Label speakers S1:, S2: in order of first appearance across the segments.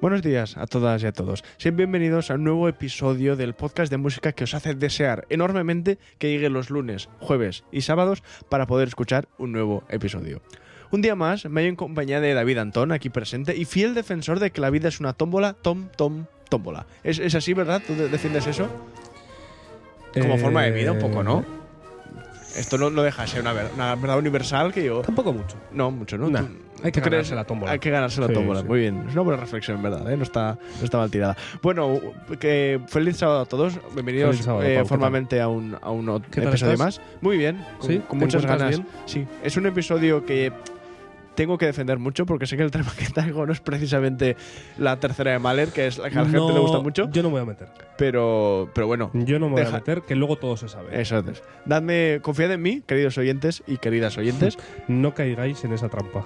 S1: Buenos días a todas y a todos. Sean bienvenidos a un nuevo episodio del podcast de música que os hace desear enormemente que llegue los lunes, jueves y sábados para poder escuchar un nuevo episodio. Un día más me hallo en compañía de David Antón, aquí presente, y fiel defensor de que la vida es una tómbola, tom, tom, tómbola. ¿Es, es así, verdad? ¿Tú de- defiendes eso? Como
S2: Eh,
S1: forma de vida, un poco, ¿no? Esto no, no deja de ser una, ver- una verdad universal que yo.
S2: Tampoco mucho.
S1: No, mucho, ¿no?
S2: Nah,
S1: Tú-
S2: hay que
S1: ¿tú crees-
S2: ganarse la tómbola.
S1: Hay que ganarse la
S2: Sí,
S1: tómbola,
S2: sí.
S1: muy bien. Es una buena reflexión, en ¿verdad? ¿eh? No, está, no está mal tirada. Bueno, que feliz sábado a todos. Bienvenidos
S2: Feliz sábado,
S1: eh,
S2: Pau, ¿qué tal?
S1: formalmente a un, a un ot-
S2: ¿Qué tal
S1: episodio
S2: estás?
S1: más. Muy bien, con,
S2: ¿Sí?
S1: con
S2: ¿Te
S1: muchas
S2: encuentras
S1: ganas.
S2: bien?
S1: Sí, es un episodio que tengo que defender mucho porque sé que el tema que traigo no es precisamente la tercera de Mahler, que es la que a la gente le gusta mucho,
S2: Yo no me voy a meter.
S1: pero, pero bueno.
S2: Yo no me voy
S1: Deja-
S2: a meter, que luego todo se sabe.
S1: Eso es. Dadme, confiad en mí, queridos oyentes y queridas oyentes,
S2: No caigáis en esa trampa.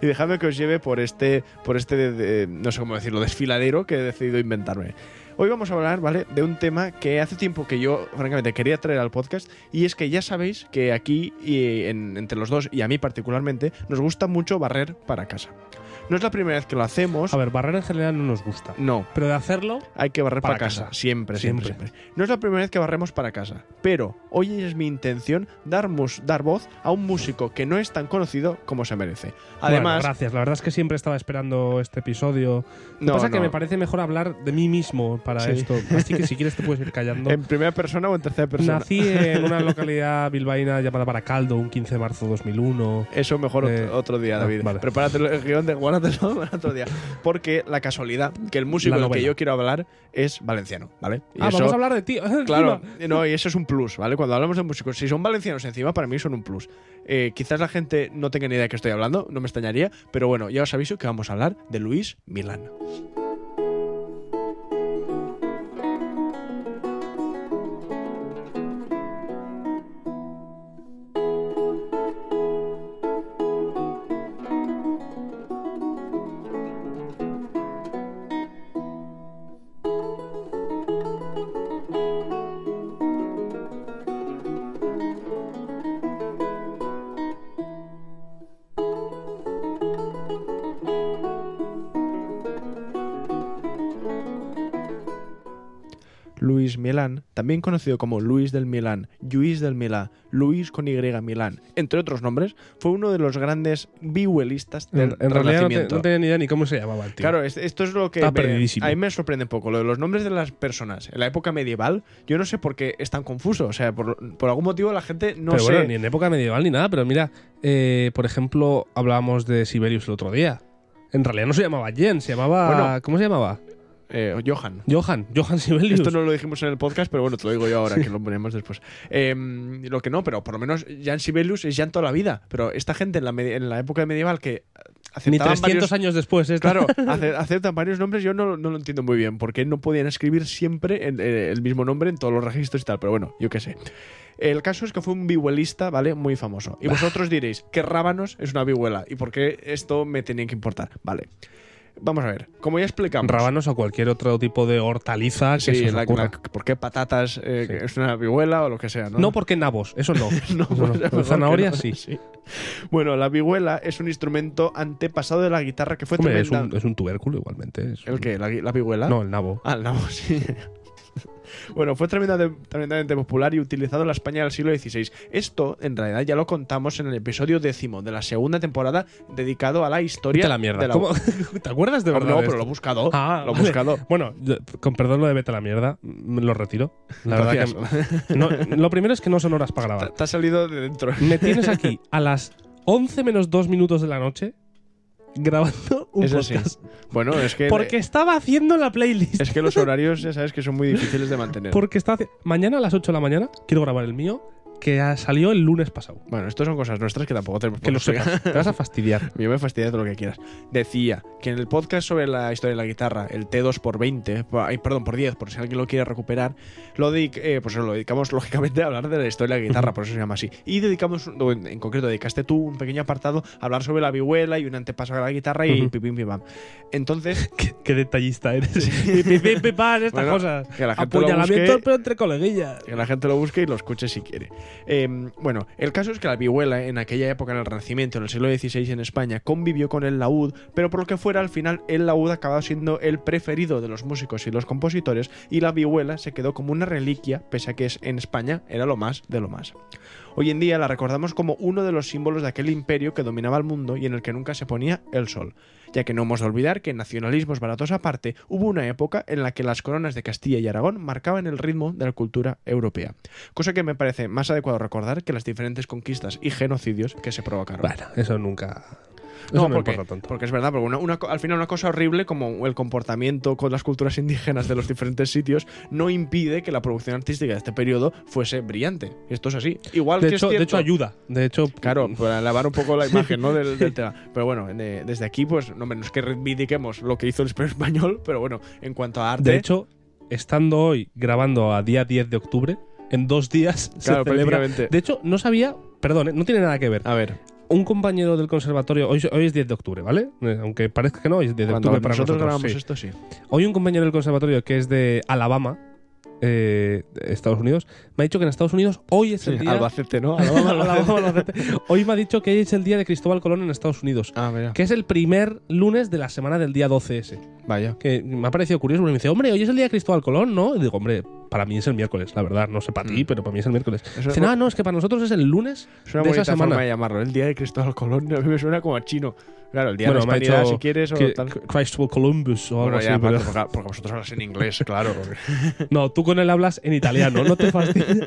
S1: y dejadme que os lleve por este, por este de- de- no sé cómo decirlo, desfiladero que he decidido inventarme. Hoy vamos a hablar, ¿vale?, de un tema que hace tiempo que yo, francamente, quería traer al podcast, y es que ya sabéis que aquí, y en- entre los dos, y a mí particularmente, nos gusta mucho barrer para casa. No es la primera vez que lo hacemos.
S2: A ver, barrer en general no nos gusta.
S1: No,
S2: Pero de hacerlo,
S1: hay que barrer para,
S2: Para
S1: casa.
S2: casa.
S1: Siempre, siempre,
S2: Siempre.
S1: siempre. No es la primera vez que barremos para casa, pero hoy es mi intención dar, mus- dar voz a un músico que no es tan conocido como se merece.
S2: bueno,
S1: Además,
S2: gracias. La verdad es que siempre estaba esperando este episodio. Lo que
S1: No,
S2: pasa
S1: no.
S2: que me parece mejor hablar de mí mismo para
S1: Sí.
S2: esto. Así que si quieres te puedes ir callando.
S1: ¿En primera persona o en tercera persona?
S2: Nací en una localidad bilbaína llamada Baracaldo, un 15 de marzo de 2001.
S1: Eso mejor ot-
S2: Eh,
S1: otro día,
S2: ah,
S1: David.
S2: vale.
S1: Prepárate el guión, de, guárdatelo para otro día. Porque la casualidad que el músico
S2: La
S1: del que
S2: novela.
S1: yo quiero hablar es valenciano, ¿vale? Y
S2: Ah,
S1: eso-
S2: vamos a hablar de ti.
S1: Claro, no, y eso es un plus, ¿vale? Cuando hablamos de músicos, si son valencianos encima, para mí son un plus. Eh, quizás la gente no tenga ni idea de qué estoy hablando, no me extrañaría, pero bueno, ya os aviso que vamos a hablar de Luis Milán. Luis Milán, también conocido como Luis del Milán, Luis del Milá, Luis con Y Milán, entre otros nombres, fue uno de los grandes vihuelistas
S2: En,
S1: del
S2: en realidad no, te-
S1: Renacimiento.
S2: no tenía ni idea ni cómo se llamaba el tío.
S1: Claro, es- esto es lo que
S2: Está
S1: me-
S2: perdidísimo.
S1: a mí me sorprende un poco. Lo de los nombres de las personas en la época medieval, yo no sé por qué es tan confuso. O sea, por, por algún motivo la gente no
S2: pero
S1: sé.
S2: bueno, ni en época medieval ni nada, pero mira, eh, por ejemplo, hablábamos de Sibelius el otro día. En realidad no se llamaba Jen, se llamaba.
S1: Bueno.
S2: ¿Cómo se llamaba?
S1: Eh, Johan.
S2: Johan, Johan Sibelius.
S1: Esto no lo dijimos en el podcast, pero bueno, te lo digo yo ahora, que lo ponemos después. Eh, lo que no, pero por lo menos Jan Sibelius es Jan toda la vida. Pero esta gente en la, medi- en la época medieval que
S2: ni
S1: aceptaban
S2: 300
S1: varios,
S2: años después, ¿eh?
S1: Claro, ace- aceptan varios nombres, yo no, no lo entiendo muy bien, porque no podían escribir siempre el, eh, el mismo nombre en todos los registros y tal, pero bueno, yo qué sé. El caso es que fue un vihuelista, ¿vale? Muy famoso. Y vosotros diréis, ¿qué rábanos es una vihuela? ¿Y por qué esto me tenía que importar? Vale. Vamos a ver, como ya explicamos.
S2: Rábanos o cualquier otro tipo de hortaliza que
S1: Sí,
S2: se os
S1: la-
S2: ocurra.
S1: la- ¿por qué patatas eh,
S2: Sí.
S1: es una vihuela o lo que sea? No,
S2: No porque nabos, eso no.
S1: No,
S2: Eso no.
S1: pues, mejor
S2: Pero
S1: que
S2: Zanahoria
S1: no.
S2: sí.
S1: Bueno, la vihuela es un instrumento antepasado de la guitarra que fue
S2: Hombre, es
S1: tremenda.
S2: un, es un tubérculo igualmente. es
S1: ¿El
S2: un-
S1: qué? ¿La, gui- la vihuela?
S2: No, el nabo.
S1: Ah, el nabo, sí. Ah, Bueno, fue tremendamente, tremendamente popular y utilizado en la España del siglo XVI. Esto, en realidad, ya lo contamos en el episodio décimo de la segunda temporada dedicado a la historia
S2: Vete a la mierda.
S1: de la
S2: ¿Cómo- ¿Te acuerdas de
S1: No,
S2: verdad?
S1: no,
S2: de
S1: pero
S2: esto?
S1: lo he buscado.
S2: Ah,
S1: lo he
S2: vale.
S1: buscado.
S2: Bueno, yo- con perdón lo de vete a la mierda, me lo retiro. La verdad
S1: Gracias.
S2: que. no, lo primero es que no son horas para
S1: Te,
S2: grabar.
S1: te ha salido de dentro.
S2: Me tienes aquí a las 11 menos 2 minutos de la noche grabando un
S1: Eso sí.
S2: podcast.
S1: Bueno, es que.
S2: Porque estaba haciendo la playlist.
S1: Es que los horarios, ya sabes que son muy difíciles de mantener.
S2: Porque está haci- Mañana a las 8 de la mañana quiero grabar el mío, que ha- salió el lunes pasado.
S1: Bueno, esto son cosas nuestras que tampoco tenemos
S2: Que lo
S1: por qué
S2: sepas. Te vas a fastidiar.
S1: Yo me fastidia todo lo que quieras. Decía que en el podcast sobre la historia de la guitarra, el T2 por 20, por- ay, perdón, por 10, por si alguien lo quiere recuperar, lo, dedic- eh, pues lo dedicamos lógicamente a hablar de la historia de la guitarra, por eso se llama así. Y dedicamos, o en, en concreto, dedicaste tú un pequeño apartado a hablar sobre la vihuela y un antepaso de la guitarra y
S2: Ujú.
S1: pim, pim, pim, pam. Entonces,
S2: Qué, qué detallista eres. Y pi, pi, pi, pan, estas
S1: Bueno,
S2: cosas.
S1: que la gente lo
S2: Apuñalamiento,
S1: busque.
S2: pero entre coleguillas.
S1: que la gente lo busque y lo escuche si quiere. Eh, bueno, el caso es que la vihuela en aquella época, en el Renacimiento, en el siglo XVI en España, convivió con el laúd, pero por lo que fuera, al final el laúd acababa siendo el preferido de los músicos y los compositores y la vihuela se quedó como una reliquia, pese a que es, en España era lo más de lo más. Hoy en día la recordamos como uno de los símbolos de aquel imperio que dominaba el mundo y en el que nunca se ponía el sol, ya que no hemos de olvidar que nacionalismos baratos aparte, hubo una época en la que las coronas de Castilla y Aragón marcaban el ritmo de la cultura europea, cosa que me parece más adecuado recordar que las diferentes conquistas y genocidios que se provocaron.
S2: Bueno, eso nunca. Eso
S1: No,
S2: no me
S1: porque,
S2: importa tanto.
S1: porque es verdad, porque una- una co- al final una cosa horrible como el comportamiento con las culturas indígenas de los diferentes sitios no impide que la producción artística de este periodo fuese brillante. Esto es así. Igual
S2: de,
S1: que
S2: hecho,
S1: es
S2: de
S1: cierto-
S2: hecho, ayuda. De hecho,
S1: Claro, para lavar un poco la imagen ¿no? del, del tema. Pero bueno, de- desde aquí, pues no menos que reivindiquemos lo que hizo el Imperio español, pero bueno, en cuanto a arte,
S2: De hecho, estando hoy grabando a día 10 de octubre, en dos días
S1: Claro,
S2: se celebra.
S1: prácticamente. Ah.
S2: De hecho, no sabía, perdón, ¿eh? no tiene nada que ver.
S1: a ver,
S2: Un compañero del conservatorio, hoy, hoy es 10 de octubre, ¿vale? Eh, Aunque parezca que no, hoy es 10 de
S1: cuando
S2: octubre
S1: nosotros,
S2: para
S1: grabamos
S2: nosotros. sí.
S1: esto, sí.
S2: Hoy un compañero del conservatorio que es de Alabama, eh, de Estados Unidos, me ha dicho que en Estados Unidos hoy es el día.
S1: Albacete, ¿no?
S2: Alabama,
S1: Alabama,
S2: Alabama, Albacete. Hoy me ha dicho que hoy es el día de Cristóbal Colón en Estados Unidos,
S1: Ah, mira,
S2: que es el primer lunes de la semana del día 12S
S1: vaya.
S2: que me ha parecido curioso. porque Me dice, hombre, hoy es el día de Cristóbal Colón, ¿no? Y digo, hombre, para mí es el miércoles, la verdad. No sé para ti,
S1: Mm.
S2: pero para mí es el miércoles.
S1: Es
S2: Dice,
S1: una-
S2: no, no, es que para nosotros es el lunes
S1: Es una
S2: de
S1: bonita
S2: esa semana.
S1: forma de llamarlo. El día de Cristóbal Colón a mí me suena como a chino. Claro, el día
S2: Bueno,
S1: de
S2: me
S1: la
S2: ha
S1: hispanidad,
S2: dicho
S1: si quieres, o
S2: que-
S1: tal.
S2: que Christopher Columbus o algo
S1: Bueno, ya,
S2: así. pero-
S1: aparte, porque, porque vosotros hablas en inglés, claro.
S2: No, tú con él hablas en italiano, no te fastidies.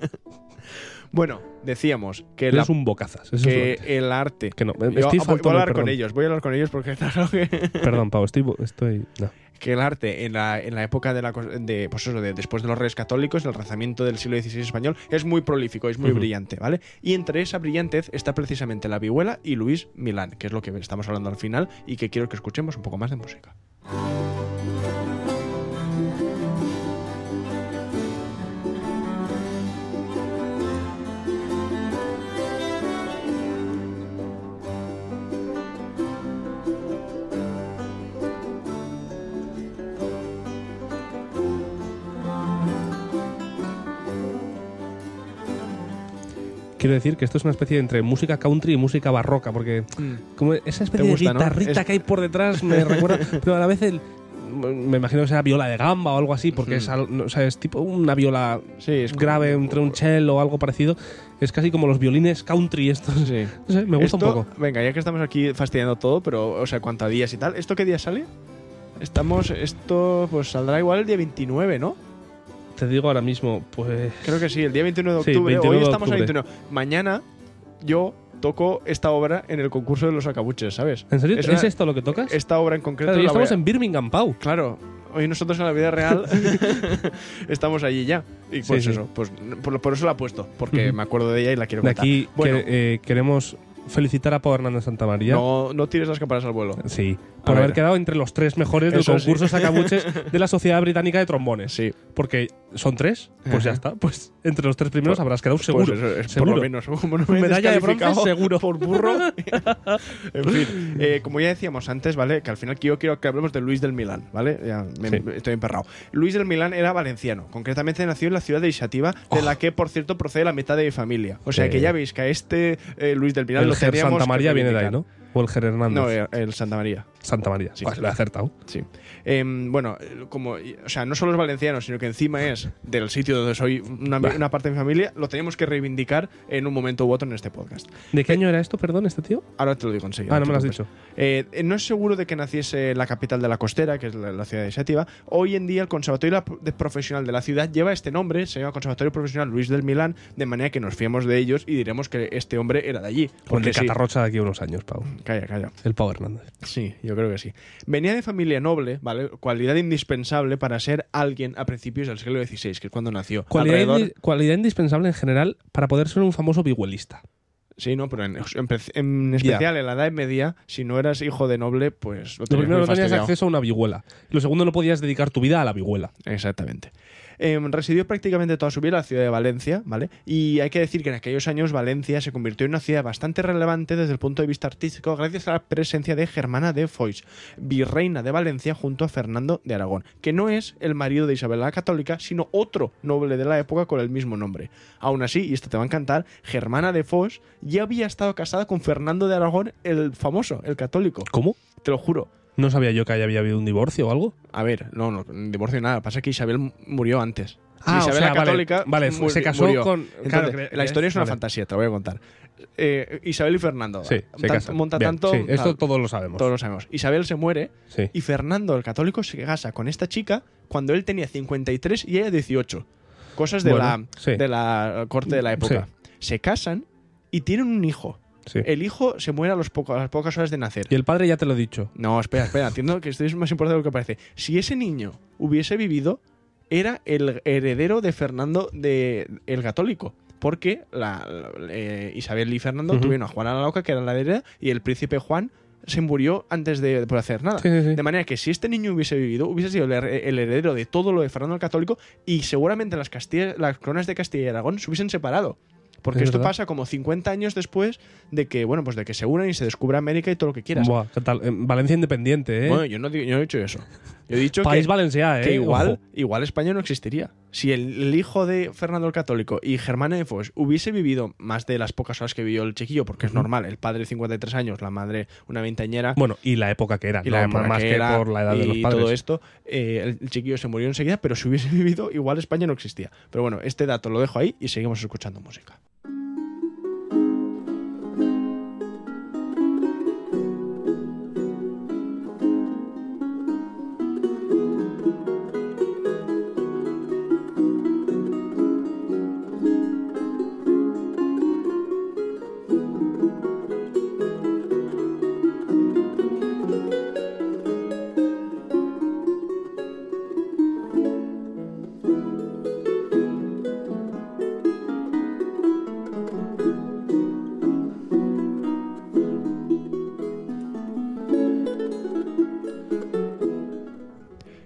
S1: bueno, decíamos que, la-
S2: Eres un bocazas. eso
S1: que
S2: es lo
S1: el arte...
S2: que no, me-
S1: Yo-
S2: estoy
S1: ah, voy-
S2: falto
S1: voy a
S2: de
S1: hablar con
S2: perdón.
S1: ellos, voy a hablar con ellos porque claro que...
S2: Perdón, Pau, estoy... estoy no.
S1: que el arte en la, en la época de la cos- de, pues eso, de- después de los reyes católicos, el razamiento del siglo XVI español, es muy prolífico, es muy
S2: Ujú.
S1: brillante, ¿vale? Y entre esa brillantez está precisamente la vihuela y Luis Milán, que es lo que estamos hablando al final y que quiero que escuchemos un poco más de música.
S2: Quiero decir que esto es una especie de entre música country y música barroca, porque Como esa especie
S1: Mm. gusta,
S2: de
S1: no?
S2: guitarrita
S1: Es-
S2: que hay por detrás me recuerda. Pero a la vez el. Me imagino que sea viola de gamba o algo así, porque
S1: Mm.
S2: es, al- no, o sea, es tipo una viola
S1: Sí, es como-
S2: grave entre un cello o algo parecido. Es casi como los violines country estos.
S1: Sí.
S2: No sé, me
S1: Esto-
S2: gusta un poco.
S1: Venga, ya que estamos aquí fastidiando todo, pero, o sea, cuanto a días y tal, ¿esto qué día sale? Estamos, esto pues saldrá igual el día 29, ¿no?
S2: Te digo ahora mismo, pues.
S1: Creo que sí, el día 21 de
S2: Sí,
S1: octubre.
S2: 21
S1: Hoy
S2: de
S1: estamos a
S2: octubre.
S1: 21. Mañana yo toco esta obra en el concurso de los acabuches, ¿sabes?
S2: ¿En serio?
S1: Es
S2: ¿Es,
S1: una-
S2: esto lo que tocas?
S1: Esta obra en concreto.
S2: Claro, ya
S1: la voy
S2: estamos
S1: a-
S2: en Birmingham, Pau.
S1: Claro, hoy nosotros en la vida real estamos allí ya. Y
S2: Sí,
S1: pues
S2: sí.
S1: eso, pues, por, por eso la he puesto, porque
S2: Ujú.
S1: me acuerdo de ella y la quiero
S2: De
S1: contar.
S2: aquí
S1: bueno,
S2: que- eh, queremos felicitar a Pau Hernández Santamaría.
S1: no, no tires las campanas al vuelo.
S2: Sí,
S1: A
S2: por haber
S1: ver.
S2: quedado entre los tres mejores del
S1: Eso
S2: concurso
S1: sí.
S2: sacabuches de la Sociedad Británica de Trombones.
S1: Sí,
S2: Porque son tres, pues
S1: Ajá.
S2: ya está. Pues entre los tres primeros
S1: Pues-
S2: habrás quedado seguro.
S1: Pues eso, es
S2: seguro.
S1: Por lo menos. Como no me he
S2: Medalla de
S1: descalificado
S2: bronce, seguro.
S1: Por burro. en fin, eh, como ya decíamos antes, ¿vale? Que al final yo quiero que hablemos de Luis del Milán, ¿vale? Ya me-
S2: Sí.
S1: Estoy emperrado. Luis del Milán era valenciano. Concretamente nació en la ciudad de Isativa, de la que, por cierto, procede la mitad de mi familia. O sea
S2: Oh. Sí.
S1: que ya veis que a este eh, Luis del Milán
S2: el
S1: lo
S2: Ger
S1: teníamos
S2: Santa
S1: que
S2: María viene de ahí,
S1: reivindicar.
S2: ¿no? Volger Hernández.
S1: No, el, el Santa María.
S2: Santa María.
S1: Sí.
S2: Pues, lo he acertado.
S1: Sí. Em, bueno, eh, como, o sea, no solo es valenciano, sino que encima es del sitio donde soy una,
S2: Bah.
S1: una parte de mi familia, lo tenemos que reivindicar en un momento u otro en este podcast.
S2: ¿De qué año era esto, perdón, este tío?
S1: Ahora te lo digo enseguida.
S2: Ah, no
S1: te
S2: me lo has
S1: preocupes.
S2: dicho.
S1: Eh, eh, no es seguro de que naciese en la capital de la costera, que es la, la ciudad de Setiva. Hoy en día el Conservatorio la- de Profesional de la ciudad lleva este nombre, se llama Conservatorio Profesional Luis del Milán, de manera que nos fiemos de ellos y diremos que este hombre era de allí.
S2: Con
S1: Porque
S2: el
S1: sí. Mm.
S2: Catarrocha de aquí a unos años, Pau.
S1: Calla, calla.
S2: El Pau Hernández.
S1: Sí, yo creo que sí. Venía de familia noble, ¿vale? Cualidad indispensable para ser alguien a principios del siglo XVI, que es cuando nació.
S2: Cualidad,
S1: Alrededor-
S2: indi- cualidad indispensable en general para poder ser un famoso vihuelista.
S1: Sí, no, pero en, en pre- en especial en la Edad Media, si no eras hijo de noble, pues lo tenías
S2: Lo primero,
S1: muy
S2: no tenías
S1: fastidiado.
S2: acceso a una vihuela. Lo segundo, no podías dedicar tu vida a la vihuela.
S1: Exactamente. Em, residió prácticamente toda su vida en la ciudad de Valencia, ¿vale? Y hay que decir que en aquellos años Valencia se convirtió en una ciudad bastante relevante desde el punto de vista artístico gracias a la presencia de Germana de Foix, virreina de Valencia junto a Fernando de Aragón, que no es el marido de Isabel la Católica, sino otro noble de la época con el mismo nombre. Aún así, y esto te va a encantar, Germana de Foix ya había estado casada con Fernando de Aragón, el famoso, el católico.
S2: ¿Cómo?
S1: Te lo juro.
S2: No sabía yo que haya había habido un divorcio o algo.
S1: A ver, no, no, divorcio nada. Pasa que Isabel murió antes.
S2: Ah, o
S1: Isabel
S2: sea,
S1: la
S2: vale,
S1: Católica
S2: vale,
S1: mu-
S2: se casó
S1: murió.
S2: con-
S1: Entonces,
S2: claro, cre-
S1: la historia es una
S2: vale.
S1: fantasía, te lo voy a contar. Eh, Isabel y Fernando.
S2: Sí, se
S1: Tan-
S2: casan.
S1: Monta
S2: Bien,
S1: tanto.
S2: sí, esto
S1: tal,
S2: todos lo sabemos.
S1: todos lo sabemos. Isabel se muere
S2: Sí.
S1: y Fernando el Católico se casa con esta chica cuando él tenía 53 y ella 18. Cosas de,
S2: Bueno,
S1: la,
S2: sí.
S1: de la corte de la época. Se casan y tienen un hijo.
S2: sí.
S1: El hijo se muere a, los poco- a las pocas horas de nacer.
S2: Y el padre ya te lo he dicho.
S1: No, espera, espera, entiendo que esto es más importante de lo que parece. Si ese niño hubiese vivido, era el heredero de Fernando de, el Católico. Porque la, la- eh, Isabel y Fernando
S2: Ujú.
S1: tuvieron a Juana la Loca, que era la heredera, y el príncipe Juan se murió antes de poder hacer nada.
S2: Sí, sí, sí.
S1: Ah, De manera que si este niño hubiese vivido, hubiese sido el, her- el heredero de todo lo de Fernando el Católico y seguramente las, Castilla- las coronas de Castilla y Aragón se hubiesen separado. Porque
S2: Es
S1: esto
S2: verdad.
S1: pasa como 50 años después de que, bueno, pues de que se unan y se descubra América y todo lo que quieras.
S2: Buah, ¿qué tal? En Valencia independiente, ¿eh?
S1: Bueno, yo no, digo- yo no he dicho eso. Yo he dicho
S2: País
S1: que,
S2: valenciano, ¿eh?
S1: que igual,
S2: Ojo.
S1: igual España no existiría. Si el, el hijo de Fernando el Católico y Germán de Foix hubiese vivido más de las pocas horas que vivió el chiquillo, porque es normal, el padre 53 años, la madre una veinteañera,
S2: Bueno, y la época que era.
S1: y
S2: ¿no?
S1: la época
S2: más
S1: que
S2: que,
S1: era,
S2: por la edad de los
S1: y
S2: padres.
S1: todo esto, eh, el- el chiquillo se murió enseguida, pero si hubiese vivido, igual España no existía. Pero bueno, este dato lo dejo ahí y seguimos escuchando música.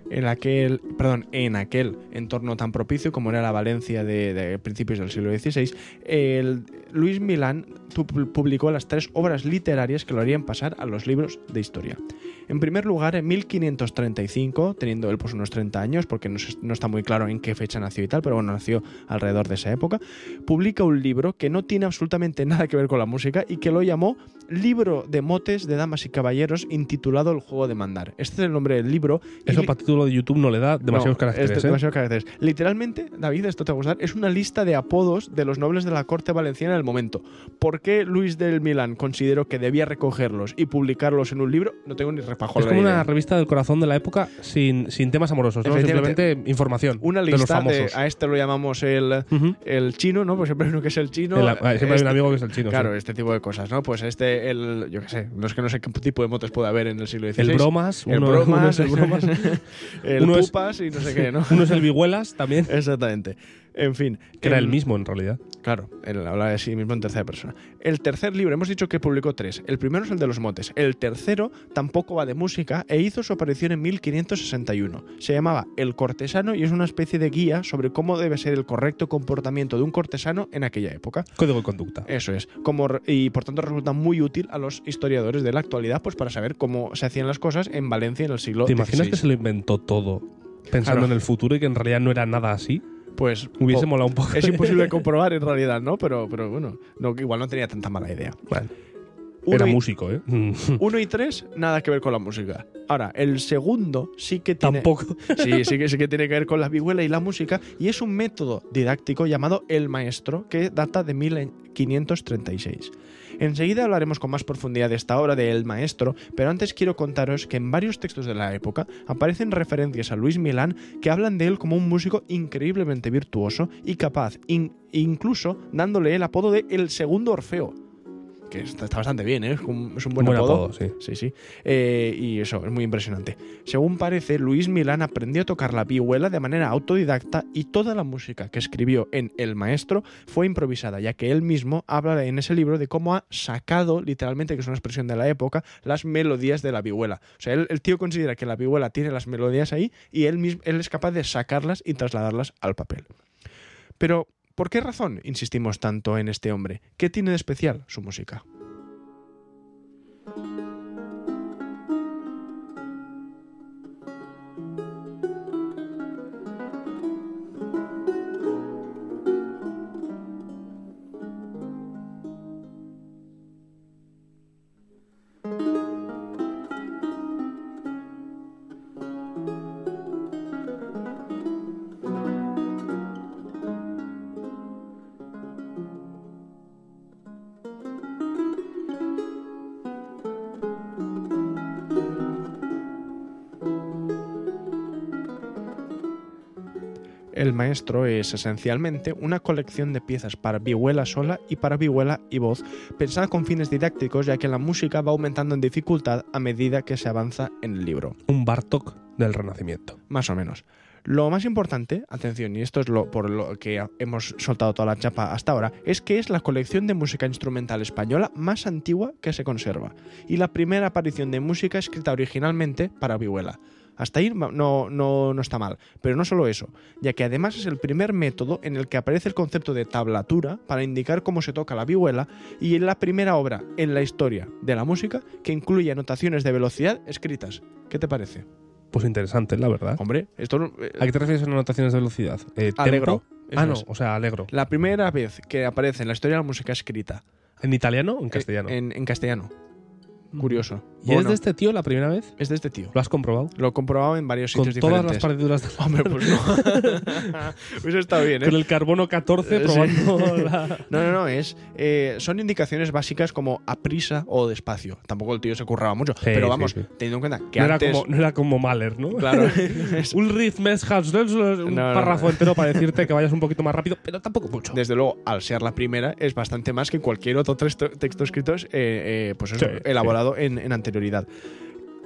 S1: En aquel, perdón, en aquel entorno tan propicio como era la Valencia de, de principios del siglo XVI, el Luis Milán tu- publicó las tres obras literarias que lo harían pasar a los libros de historia. En primer lugar, en 1535, teniendo él pues unos 30 años, porque no, se- no está muy claro en qué fecha nació y tal, pero bueno, nació alrededor de esa época, publica un libro que no tiene absolutamente nada que ver con la música y que lo llamó Libro de Motes de Damas y Caballeros intitulado El Juego de Mandar. Este es el nombre del libro. y
S2: Eso
S1: li-
S2: para título de YouTube no le da demasiados
S1: no,
S2: caracteres,
S1: este,
S2: ¿eh?
S1: demasiados caracteres. Literalmente, David, esto te va a gustar, es una lista de apodos de los nobles de la corte valenciana del momento. ¿Por qué Luis del Milán consideró que debía recogerlos y publicarlos en un libro? No tengo ni repajol
S2: Es como una revista del corazón de la época sin, sin temas amorosos, ¿no?
S1: Efectivamente.
S2: simplemente información
S1: Una
S2: de los
S1: lista de,
S2: famosos.
S1: a este lo llamamos el,
S2: Ujú.
S1: el chino, ¿no? Pues siempre hay uno que es el chino.
S2: El- ah, siempre hay
S1: este-
S2: un amigo que es el chino.
S1: Claro,
S2: sí.
S1: este tipo de cosas, ¿no? Pues este, el, yo qué sé, no es que no sé qué tipo de motes puede haber en el siglo XVI.
S2: El bromas,
S1: el
S2: uno, uno
S1: bromas,
S2: es el bromas,
S1: el
S2: Uno es-
S1: pupas y no sé qué, ¿no?
S2: uno es el vihuelas también,
S1: Exactamente. En fin.
S2: que era
S1: em,
S2: el mismo en realidad.
S1: Claro, él habla de sí mismo en tercera persona. El tercer libro, hemos dicho que publicó tres. El primero es el de los motes. El tercero tampoco va de música e hizo su aparición en 1561. Se llamaba El Cortesano y es una especie de guía sobre cómo debe ser el correcto comportamiento de un cortesano en aquella época.
S2: Código de conducta.
S1: Eso es. Como, re- y por tanto resulta muy útil a los historiadores de la actualidad pues para saber cómo se hacían las cosas en Valencia en el siglo
S2: ¿Te imaginas que
S1: XVI.
S2: se lo inventó todo pensando
S1: Claro.
S2: en el futuro y que en realidad no era nada así?
S1: Pues
S2: Hubiese
S1: po-
S2: molado un poco.
S1: es imposible comprobar en realidad, ¿no? Pero, pero bueno, no, igual no tenía tanta mala idea.
S2: Bueno,
S1: Uno
S2: Era
S1: y-
S2: músico, ¿eh?
S1: Uno y tres, nada que ver con la música. Ahora, el segundo sí que tiene.
S2: Tampoco.
S1: Sí, sí que, sí que tiene que ver con la vihuela y la música, y es un método didáctico llamado El Maestro, que data de 1536. Enseguida hablaremos con más profundidad de esta obra de El Maestro, pero antes quiero contaros que en varios textos de la época aparecen referencias a Luis Milán que hablan de él como un músico increíblemente virtuoso y capaz, in- incluso dándole el apodo de El Segundo Orfeo. Que está, está bastante bien, ¿eh? es un, es un buen,
S2: Buen
S1: apodo.
S2: apodo, sí.
S1: Sí, sí. Eh, y eso, es muy impresionante. Según parece, Luis Milán aprendió a tocar la vihuela de manera autodidacta y toda la música que escribió en El Maestro fue improvisada, ya que él mismo habla en ese libro de cómo ha sacado, literalmente, que es una expresión de la época, las melodías de la vihuela. O sea, él- el tío considera que la vihuela tiene las melodías ahí y él, mismo, él es capaz de sacarlas y trasladarlas al papel. Pero, ¿por qué razón insistimos tanto en este hombre? ¿Qué tiene de especial su música? El maestro es esencialmente una colección de piezas para vihuela sola y para vihuela y voz, pensada con fines didácticos ya que la música va aumentando en dificultad a medida que se avanza en el libro,
S2: Un Bartok del Renacimiento.
S1: más o menos. Lo más importante, atención, y esto es lo por lo que hemos soltado toda la chapa hasta ahora, es que es la colección de música instrumental española más antigua que se conserva y la primera aparición de música escrita originalmente para vihuela. Hasta ahí ma- no, no, no está mal, pero no solo eso, ya que además es el primer método en el que aparece el concepto de tablatura para indicar cómo se toca la vihuela y es la primera obra en la historia de la música que incluye anotaciones de velocidad escritas. ¿Qué te parece?
S2: Pues interesante, la verdad.
S1: Hombre, esto no- eh,
S2: ¿A qué te refieres en anotaciones de velocidad? Eh, ¿tempo?
S1: Alegro.
S2: Ah,
S1: Eso
S2: no,
S1: es.
S2: o sea, alegro.
S1: La primera vez que aparece en la historia de la música escrita
S2: ¿En italiano o en castellano?
S1: en, en castellano. Eh, Curioso.
S2: ¿Y
S1: Bueno,
S2: es de este tío la primera vez?
S1: es de este tío.
S2: ¿Lo has comprobado?
S1: Lo he comprobado en varios
S2: Con
S1: sitios
S2: todas las
S1: diferentes.
S2: partituras
S1: Hombre,
S2: de la-
S1: pues no. Eso está bien, ¿eh?
S2: Con el carbono 14
S1: Eh, sí.
S2: probando la...
S1: No, no, no, es, eh, son indicaciones básicas como a prisa o despacio. Tampoco el tío se curraba mucho, pero
S2: sí,
S1: vamos,
S2: sí.
S1: teniendo en cuenta que
S2: No era,
S1: antes...
S2: como, no era como Mahler, ¿no?
S1: Claro, es-
S2: un ritmes un
S1: No, no,
S2: párrafo
S1: no.
S2: entero para decirte que vayas un poquito más rápido, pero tampoco mucho.
S1: desde luego, al ser la primera, es bastante más que cualquier otro texto, texto escrito eh, eh, pues eso,
S2: Sí,
S1: elaborado en, en anterioridad.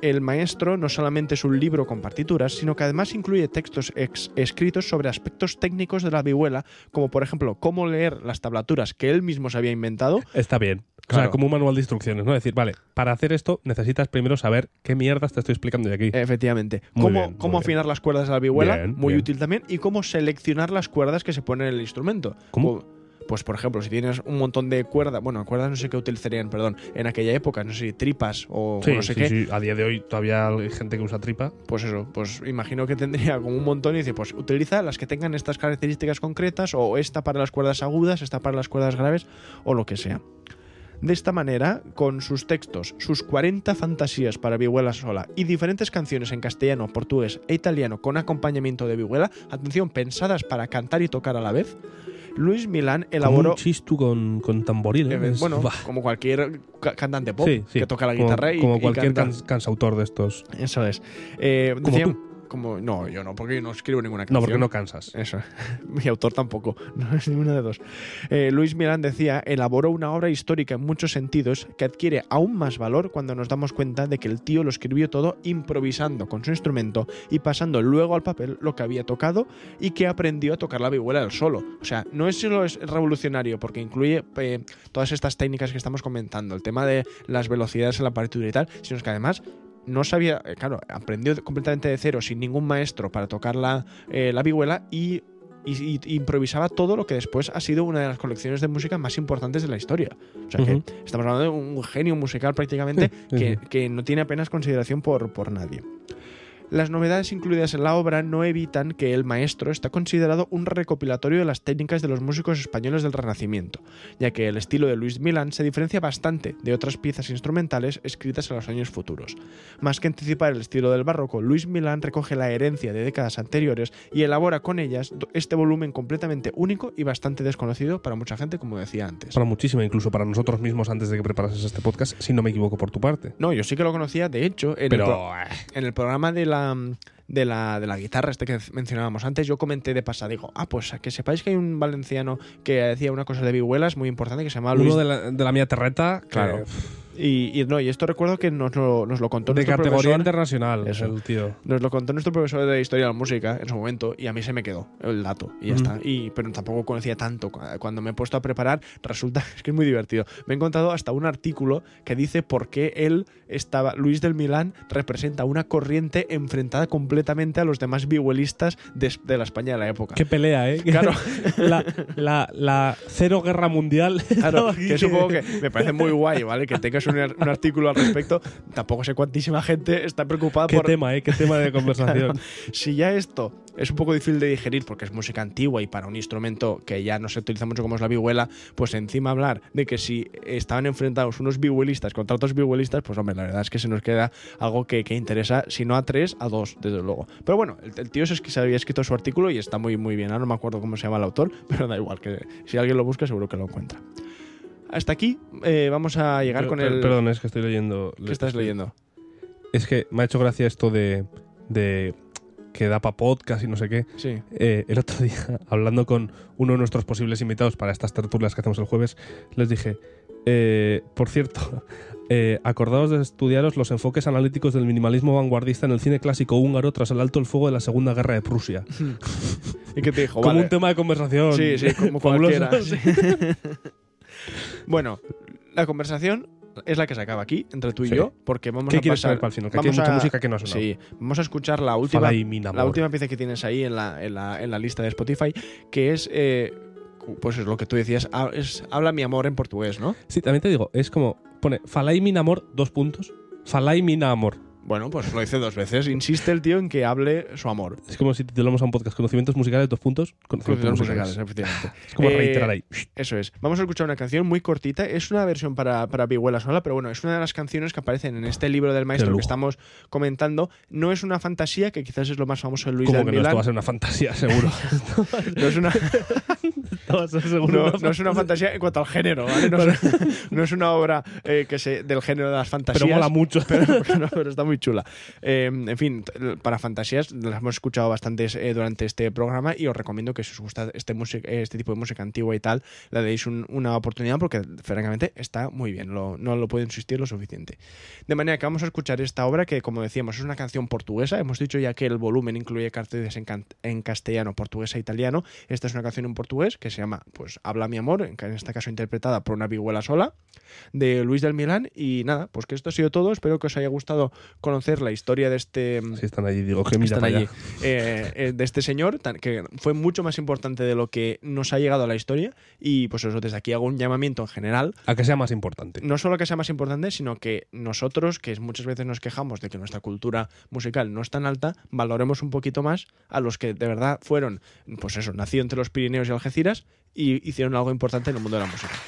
S1: El maestro no solamente es un libro con partituras, sino que además incluye textos ex- escritos sobre aspectos técnicos de la vihuela, como por ejemplo cómo leer las tablaturas que él mismo se había inventado
S2: Está bien. O sea,
S1: Claro.
S2: como un manual de instrucciones, ¿no? Decir, vale, para hacer esto necesitas primero saber qué mierdas te estoy explicando de aquí.
S1: Eh, Efectivamente.
S2: Muy
S1: cómo
S2: bien, muy
S1: cómo
S2: bien.
S1: afinar las cuerdas de la vihuela,
S2: Bien,
S1: muy
S2: bien.
S1: útil también, y cómo seleccionar las cuerdas que se ponen en el instrumento.
S2: ¿Cómo?
S1: Pu- Pues, por ejemplo, si tienes un montón de cuerdas, bueno, cuerdas no sé qué utilizarían, perdón, en aquella época, no sé si tripas o
S2: sí,
S1: no sé
S2: sí,
S1: qué,
S2: sí. A día de hoy todavía hay gente que usa tripa.
S1: pues eso, pues imagino que tendría como un montón y dice, pues utiliza las que tengan estas características concretas o esta para las cuerdas agudas, esta para las cuerdas graves o lo que sea. De esta manera, con sus textos, sus 40 fantasías para vihuela sola y diferentes canciones en castellano, portugués e italiano con acompañamiento de vihuela, atención, pensadas para cantar y tocar a la vez, Luis Milán
S2: Como
S1: elaboró
S2: un chistu con, con tamboril. ¿eh?
S1: eh,
S2: Es-
S1: bueno,
S2: Buah.
S1: como cualquier ca- cantante pop
S2: Sí, sí.
S1: que toca la
S2: Como-
S1: guitarra y,
S2: como,
S1: y
S2: cualquier
S1: canta.
S2: cans- cansautor de estos.
S1: Eso es. Eh,
S2: Como
S1: decían-
S2: tú.
S1: como- no, yo no, porque yo no escribo ninguna canción.
S2: No, porque no cansas.
S1: Eso, mi autor tampoco, no es ninguno de dos. Eh, Luis Milán decía, elaboró una obra histórica en muchos sentidos que adquiere aún más valor cuando nos damos cuenta de que el tío lo escribió todo improvisando con su instrumento y pasando luego al papel lo que había tocado y que aprendió a tocar la vihuela él solo. O sea, no es solo es revolucionario porque incluye eh, todas estas técnicas que estamos comentando, el tema de las velocidades en la partitura y tal, sino que además no sabía, eh, claro, aprendió completamente de cero sin ningún maestro para tocar la, eh, la vihuela y, y- y improvisaba todo lo que después ha sido una de las colecciones de música más importantes de la historia. O sea
S2: Ujú.
S1: que estamos hablando de un genio musical prácticamente
S2: Sí, sí,
S1: que,
S2: sí.
S1: que no tiene apenas consideración por, por nadie. Las novedades incluidas en la obra no evitan que El Maestro está considerado un recopilatorio de las técnicas de los músicos españoles del Renacimiento, ya que el estilo de Luis Milán se diferencia bastante de otras piezas instrumentales escritas en los años futuros. Más que anticipar el estilo del barroco, Luis Milán recoge la herencia de décadas anteriores y elabora con ellas este volumen completamente único y bastante desconocido para mucha gente, como decía antes.
S2: Para muchísima, incluso para nosotros mismos antes de que preparases este podcast, si no me equivoco por tu parte.
S1: No, yo sí que lo conocía, de hecho, en, el,
S2: Pero
S1: pro-
S2: eh,
S1: en el programa de la, de, la, de la guitarra, este que mencionábamos antes, yo comenté de pasada, digo, ah, pues a que sepáis que hay un valenciano que decía una cosa de vihuelas muy importante que se llama Luis.
S2: uno de la, de la mía terreta,
S1: Claro.
S2: claro,
S1: Y, y no, y esto recuerdo que nos, lo- nos lo contó
S2: de
S1: nuestro
S2: categoría
S1: profesor.
S2: internacional,
S1: Eso.
S2: el tío.
S1: Nos lo contó nuestro profesor de Historia de la Música en su momento y a mí se me quedó el dato y ya
S2: Mm.
S1: está. Y, pero tampoco conocía tanto. Cu- Cuando me he puesto a preparar, resulta es que es muy divertido. Me he encontrado hasta un artículo que dice por qué él estaba, Luis del Milán, representa una corriente enfrentada completamente a los demás vihuelistas de, de la España de la época.
S3: Qué pelea, ¿eh?
S1: Claro.
S3: la, la, la cero guerra mundial.
S1: Claro,
S3: estaba aquí
S1: que supongo que me parece muy guay, ¿vale? Que tengas un, ar- un artículo al respecto. Tampoco sé cuántísima gente está preocupada
S3: Qué
S1: por
S3: tema, ¿eh? Qué tema de conversación.
S1: Si ya esto es un poco difícil de digerir porque es música antigua y para un instrumento que ya no se utiliza mucho como es la vihuela, pues encima hablar de que si estaban enfrentados unos vihuelistas contra otros vihuelistas, pues hombre, la verdad es que se nos queda algo que, que interesa, si no a tres, a dos, desde luego. Pero bueno, el, el tío es que se había escrito su artículo y está muy, muy bien. Ahora no me acuerdo cómo se llama el autor, pero da igual, que si alguien lo busca seguro que lo encuentra. Hasta aquí eh, vamos a llegar
S2: Yo-
S1: con
S2: per-
S1: el...
S2: Perdón, es que estoy leyendo. este,
S1: ¿Qué estás leyendo?
S2: Es que me ha hecho gracia esto de, de que da para podcast y no sé qué.
S1: Sí.
S2: Eh, el otro día, hablando con uno de nuestros posibles invitados para estas tertulias que hacemos el jueves, les dije, eh, por cierto, eh, acordaos de estudiaros los enfoques analíticos del minimalismo vanguardista en el cine clásico húngaro tras el alto el fuego de la Segunda Guerra de Prusia.
S1: ¿Y qué te dijo?
S2: Como
S1: Vale.
S2: un tema de conversación.
S1: Sí, sí, como
S2: fabuloso.
S1: cualquiera. sí. bueno, la conversación es la que se acaba aquí, entre tú y
S2: Sí.
S1: yo, porque vamos
S2: ¿Qué
S1: a
S2: quieres
S1: pasar...
S2: saber para el final? Que aquí hay
S1: vamos
S2: mucha
S1: a-
S2: música que no ha sonado.
S1: Sí, vamos a escuchar la última,
S2: Fala y Mina,
S1: la
S2: amor.
S1: última pieza que tienes ahí en la, en la, en la lista de Spotify, que es... eh, pues es lo que tú decías, ha- es habla mi amor en portugués, ¿no?
S2: Sí, también te digo, es como, pone, falai min amor, dos puntos. Falai min amor.
S1: Bueno, pues lo dice dos veces. Insiste el tío en que hable su amor.
S2: Es como si titulamos a un podcast Conocimientos musicales, dos puntos. Conocimientos,
S1: Conocimientos
S2: musicales.
S1: musicales, efectivamente.
S2: Es como
S1: Eh,
S2: reiterar ahí. Shh.
S1: Eso es. Vamos a escuchar una canción muy cortita. Es una versión para, para vihuela sola, pero bueno, es una de las canciones que aparecen en este libro del
S2: Qué
S1: maestro
S2: lujo.
S1: que estamos comentando. No es una fantasía, que quizás es lo más famoso de Luis
S2: Como
S1: del
S2: que no,
S1: Milán.
S2: esto va a ser una fantasía, seguro.
S1: No es una,
S2: Esto va a ser
S1: no-
S2: seguro.
S1: no es una fantasía en cuanto al género, ¿vale? No, es, no es una obra eh, que se, del género de las fantasías.
S2: pero mola mucho.
S1: pero, pero- pero está muy chula. Eh, en fin, t- para fantasías las hemos escuchado bastantes eh, durante este programa y os recomiendo que si os gusta este, música- eh, este tipo de música antigua y tal, le deis un- una oportunidad porque francamente está muy bien, lo- no lo puedo insistir lo suficiente. De manera que vamos a escuchar esta obra que, como decíamos, es una canción portuguesa. Hemos dicho ya que el volumen incluye carteles en, can- en castellano, portugués e italiano. Esta es una canción en portugués que se llama pues Habla mi amor, en ca- en este caso interpretada por una vihuela sola de Luis del Milán. Y nada, pues que esto ha sido todo. Espero que os haya gustado conocer la historia de este.
S2: Si están allí, digo que mira
S1: están
S2: para
S1: allí,
S2: allá.
S1: eh, eh, de este señor, tan- que fue mucho más importante de lo que nos ha llegado a la historia. Y pues eso, desde aquí hago un llamamiento en general
S2: A que sea más importante.
S1: no solo que sea más importante, sino que nosotros, que muchas veces nos quejamos de que nuestra cultura musical no es tan alta, valoremos un poquito más a los que de verdad fueron, pues eso, nacido entre los Pirineos y Algeciras y hicieron algo importante en el mundo de la música.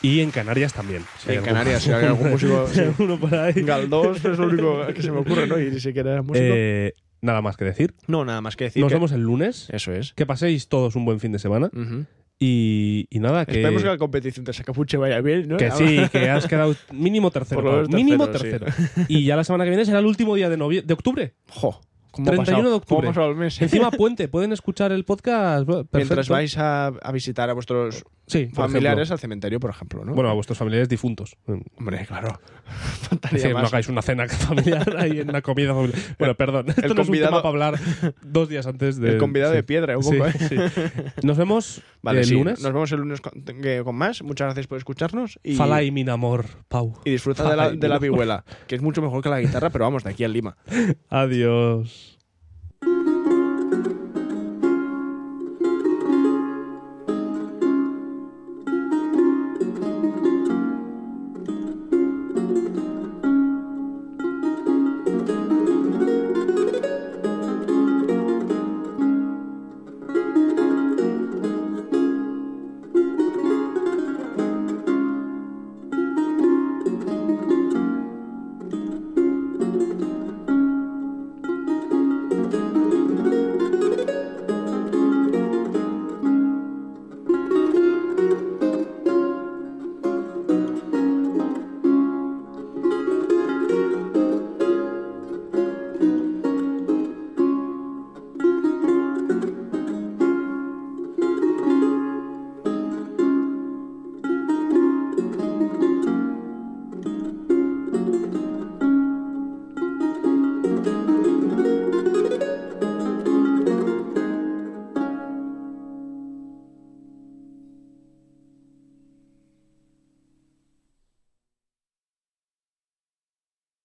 S2: Y en Canarias también. Si hay
S1: en
S2: algún-
S1: Canarias, si hay algún músico... sí.
S3: Uno por ahí.
S1: Galdós es lo único que se me ocurre, ¿no? Y ni siquiera era músico.
S2: Eh, nada más que decir.
S1: no, nada más que decir
S2: Nos
S1: que-
S2: vemos el lunes.
S1: Eso es.
S2: Que paséis todos un buen fin de semana.
S1: Ujú.
S2: Y, y nada, que,
S1: Esperemos que la competición de Sacapuche vaya bien, ¿no? Ah,
S2: que sí, que has quedado mínimo tercero.
S1: Por lo menos
S2: Pau, mínimo
S1: tercero,
S2: tercero. Y ya la semana que viene será el último día de, novie- de octubre.
S1: Jo, ¿cómo ha
S2: 31
S1: pasado?
S2: de
S1: ¿Cómo ha
S2: octubre.
S1: pasado el mes? ¿eh?
S2: Encima puente, pueden escuchar el podcast. bueno,
S1: Mientras
S2: perfecto.
S1: vais a, a visitar a vuestros
S2: Sí, por
S1: familiares
S2: ejemplo.
S1: al cementerio, por ejemplo, ¿no?
S2: Bueno, a vuestros familiares difuntos.
S1: Hombre, claro.
S2: Es
S1: Faltaría
S2: decir, no
S1: más.
S2: hagáis una cena familiar ahí en una comida familiar. Bueno, perdón. Esto no es un
S1: convidado-
S2: tema para hablar dos días antes de.
S1: El convidado
S2: sí.
S1: de piedra, un
S2: Sí,
S1: poco, ¿eh?
S2: sí. Nos vemos
S1: Vale,
S2: el
S1: sí,
S2: lunes.
S1: Nos vemos el lunes con, que- con más. Muchas gracias por escucharnos. Y,
S2: Falai, mi amor, Pau.
S1: y disfruta de la,
S2: Falai,
S1: de la
S2: mi amor.
S1: vihuela, que es mucho mejor que la guitarra, pero vamos, de aquí a Lima.
S2: Adiós.